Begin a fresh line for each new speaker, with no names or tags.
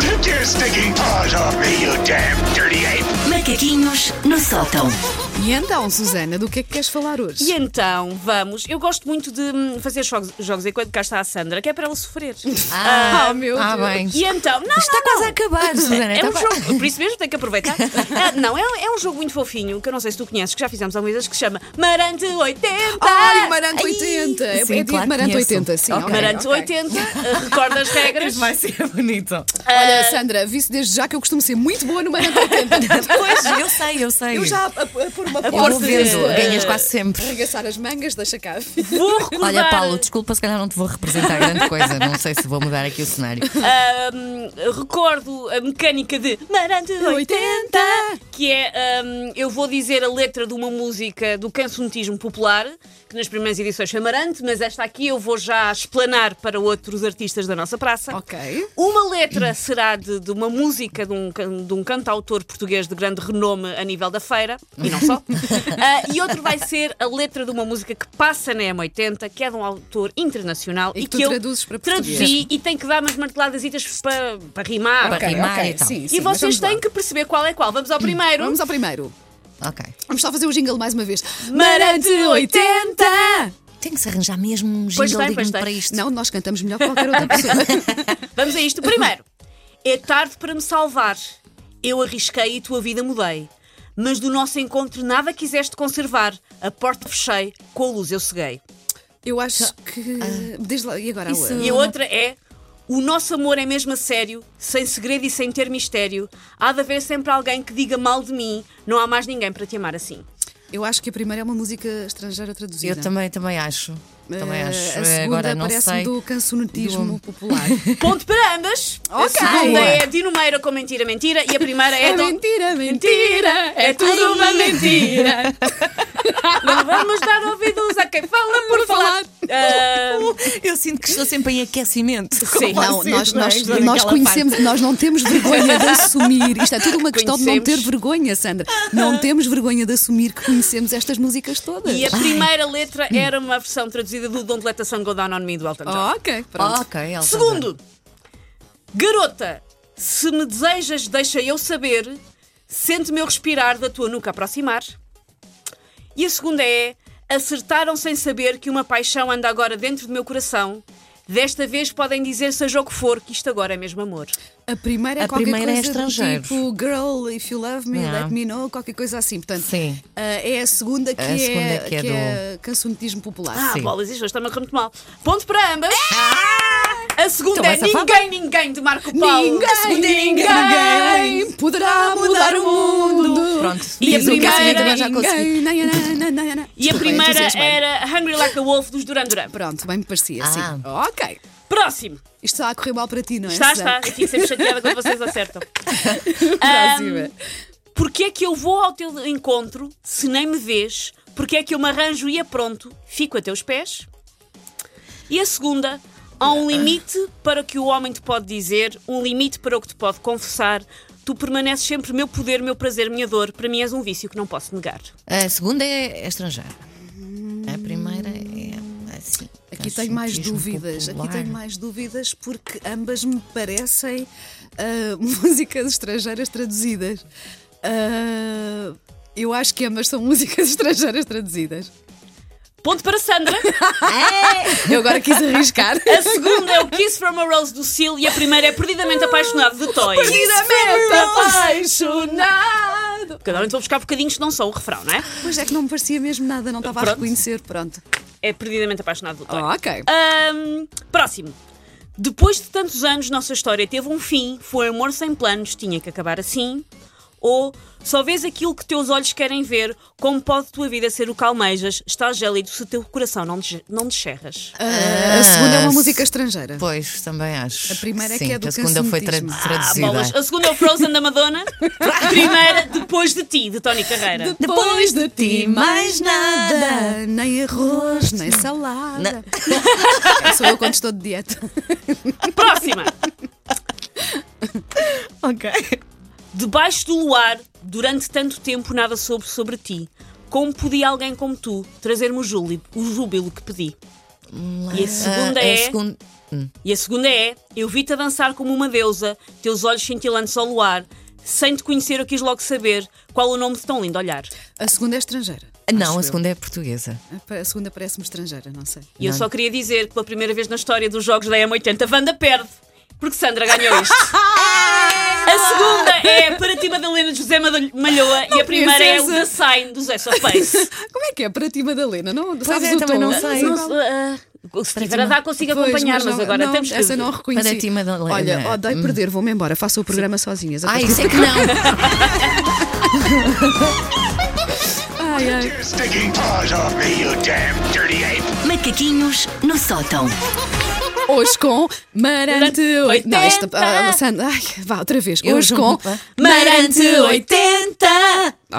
Take your stinking paws off me, you damn dirty ape!
Macaquinhos no sótão.
E então, Susana, do que é que queres falar hoje?
E então, vamos. Eu gosto muito de hum, fazer jogos, jogos enquanto cá está a Sandra, que é para ela sofrer.
Ah, meu
Ah,
Deus.
bem.
E então, não,
Está
não, não.
quase a acabar, Susana.
É
Está
um
quase-
jogo, por isso mesmo tem que aproveitar. Ah, não, é, é um jogo muito fofinho, que eu não sei se tu conheces, que já fizemos algumas vezes, que se chama Marante 80.
Ai, o Marante
Ah, Ai.
80. é
Sim,
é dia
claro
de Marante
que conheço.
80, sim. ok,
Marante
ok.
80, ah, recorda as regras.
Vai ser bonito. Ah.
Olha, Sandra, vi-se desde já que eu costumo ser muito boa no Marante 80.
Pois, eu sei, eu sei.
Eu já eh, a, a, a pôr uma
Eu vou
porta
vendo,
de-
ganhas quase sempre.
Arregaçar as mangas, deixa cá.
Vou recordar.
Olha, Paulo, desculpa, se calhar não te vou representar grande coisa. Não sei se vou mudar aqui o cenário.
Ahm, recordo a mecânica de Marante 80, que é ahm, eu vou dizer a letra de uma música do cancionismo popular, que nas primeiras edições foi Marante, mas esta aqui eu vou já explanar para outros artistas da nossa praça.
Ok.
Uma letra será de, de uma música de um, can- de um cantautor português de grande renome a nível da feira, e não só. Ah, e outro vai ser a letra de uma música que passa na M80, que é de um autor internacional
E que tu
eu
traduzes para português.
traduzi e tem que dar umas marteladazitas para, para rimar.
Para
Ok,
rimar
ok,
e tal.
sim, sim,
E
mas
vocês
vamos lá. Hum.
têm que perceber qual é qual. Vamos ao primeiro.
Vamos ao primeiro.
Ok.
Vamos só fazer o jingle mais uma vez.
Marante 80.
Tem que se arranjar mesmo um
Pois
jingle
tem,
digno
pois tem.
para isto.
Não, nós cantamos melhor que qualquer outra pessoa.
Vamos a isto. Primeiro, é tarde para me salvar. Eu arrisquei e tua vida mudei. Mas do nosso encontro nada quiseste conservar. A porta fechei, com a luz eu ceguei.
Eu acho que. Desde lá, e agora a
Isso-
outra?
E a outra é. O nosso amor é mesmo a sério, sem segredo e sem ter mistério. Há de haver sempre alguém que diga mal de mim. Não há mais ninguém para te amar assim.
Eu acho que a primeira é uma música estrangeira traduzida.
Eu também, também acho. Também
Eh,
acho.
A segunda
Agora não
parece
sei.
do cancionetismo
Do-
popular.
Ponto para ambas. A
Ok.
segunda é Dinomeira com mentira, mentira. E a primeira é.
É
do-
mentira,
Mentira,
mentira.
é tudo
Ai.
uma mentira. Não vamos dar ouvidos a quem fala por falar. Ah,
Eu sinto que estou sempre em aquecimento.
sim.
Não,
Vocês,
nós,
não é?
nós,
Estão
nós
naquela
conhecemos, nós não temos vergonha de assumir. Isto é tudo uma questão de não ter
Conhecemos.
vergonha, Sandra. Não temos vergonha de assumir que conhecemos estas músicas todas.
E a primeira letra era uma versão traduzida do Don't Let the Sun Go Down on Me do Elton John.
Oh, ok, pronto.
Ok, Elsa.
Segundo, garota, se me desejas, deixa eu saber. Sente meu respirar da tua nuca aproximar. E a segunda é: acertaram sem saber que uma paixão anda agora dentro do meu coração. Desta vez podem dizer, seja o que for, que isto agora é mesmo amor.
A primeira é
A
qualquer
primeira é
coisa do
estrangeiro.
tipo Girl, if you love me,
Yeah.
let me know, qualquer coisa assim. Portanto,
Sim.
ah, é a segunda que
A
é,
segunda que é
que
do-
é cancionetismo popular.
Ah,
Sim.
bolas, isto hoje está-me a correr muito mal. Ponto para
É!
ambas. A segunda
Então
é
essa fala.
Ninguém, Ninguém, de Marco Paulo. A
Ninguém,
segunda é
ninguém, poderá mudar o mundo.
Pronto.
E a
Diz o que
primeira
assim, eu também já consegui.
Ninguém, na, na, na, na, na.
E a
Desculpa,
primeira
entusiasmei.
era Hungry Like a Wolf dos Duran Duran.
Pronto, bem me parecia,
Ah.
sim. Ok.
Próximo.
Isto está a correr mal para ti, não é?
Está,
Susana?
está. Eu fico sempre chateada quando vocês acertam.
Próxima.
Porquê é que eu vou ao teu encontro se nem me vês? Porquê é que eu me arranjo e apronto? Fico a teus pés? E a segunda, há um limite para o que o homem te pode dizer, um limite para o que te pode confessar. Tu permaneces sempre meu poder, meu prazer, minha dor. Para mim és um vício que não posso negar.
A segunda é estrangeira. A primeira é assim.
Aqui tenho mais
cancionismo
dúvidas.
popular.
Aqui tenho mais dúvidas porque ambas me parecem ah, músicas estrangeiras traduzidas. Ah, eu acho que ambas são músicas estrangeiras traduzidas.
Ponto para Sandra.
Eu agora quis arriscar.
A segunda é o Kiss from a Rose do Seal e a primeira é Perdidamente Apaixonado de Toy.
Precisamente apaixonado.
Cada um vou buscar bocadinhos que não são o refrão, não é?
Pois é que não me parecia mesmo nada, não estava a
Pronto.
reconhecer. Pronto.
É Perdidamente Apaixonado do Toy.
Ah, ok.
Ahm, próximo. Depois de tantos anos, nossa história teve um fim. Foi amor sem planos, tinha que acabar assim. Ou só vês aquilo que teus olhos querem ver, como pode tua vida ser o que almejas, estás gélido se teu coração não, des não descerras.
Ah, a segunda é uma música estrangeira.
Pois, também acho.
A primeira é
Sim,
que é do
A segunda foi tra-
cancionismo.
Ah,
traduzida.
bolas. A segunda é o Frozen da Madonna. A primeira, depois de ti, de Tony Carreira.
Depois de ti,
mais
nada. Nem arroz, nem salada. Sou eu quando estou de dieta.
Próxima.
ok.
Debaixo do luar, durante tanto tempo nada soube sobre ti. Como podia alguém como tu trazer-me o júbilo, o júbilo que pedi? E a segunda
Ah, a
é.
segun-
E a segunda é: Eu vi-te avançar como uma deusa, teus olhos cintilantes ao luar. Sem te conhecer, eu quis logo saber qual o nome de tão lindo olhar.
A segunda é estrangeira.
Não,
acho
a segunda é portuguesa.
eu. A segunda parece-me estrangeira, não sei.
E eu só queria dizer que pela primeira vez na história dos jogos da M80, a Wanda perde, porque Sandra ganhou isto. a segunda é para ti, Madalena de José Madal- Malhoa, e a primeira é o The
princesa.
Sign do Zé Soface.
Como é que é para ti, Madalena? Não, sabes
é,
o
também
tom?
não sei.
Não se- ah, se tiver a dar, consigo
Pois,
acompanhar, mas,
não-
agora
não,
temos que.
Essa não a reconheci.
Para ti, Madalena. Hum.
Olha, odeio perder, vou-me embora, faço o programa sozinhas.
Ah, isso é que não.
Ai, ai.
Your stinking paws off me, you damn dirty ape!
Macaquinhos no sótão.
Hoje com Marante 80. Não, esta, ah, Sandra, ai, vá outra vez. Hoje com
Opa.
Marante 80.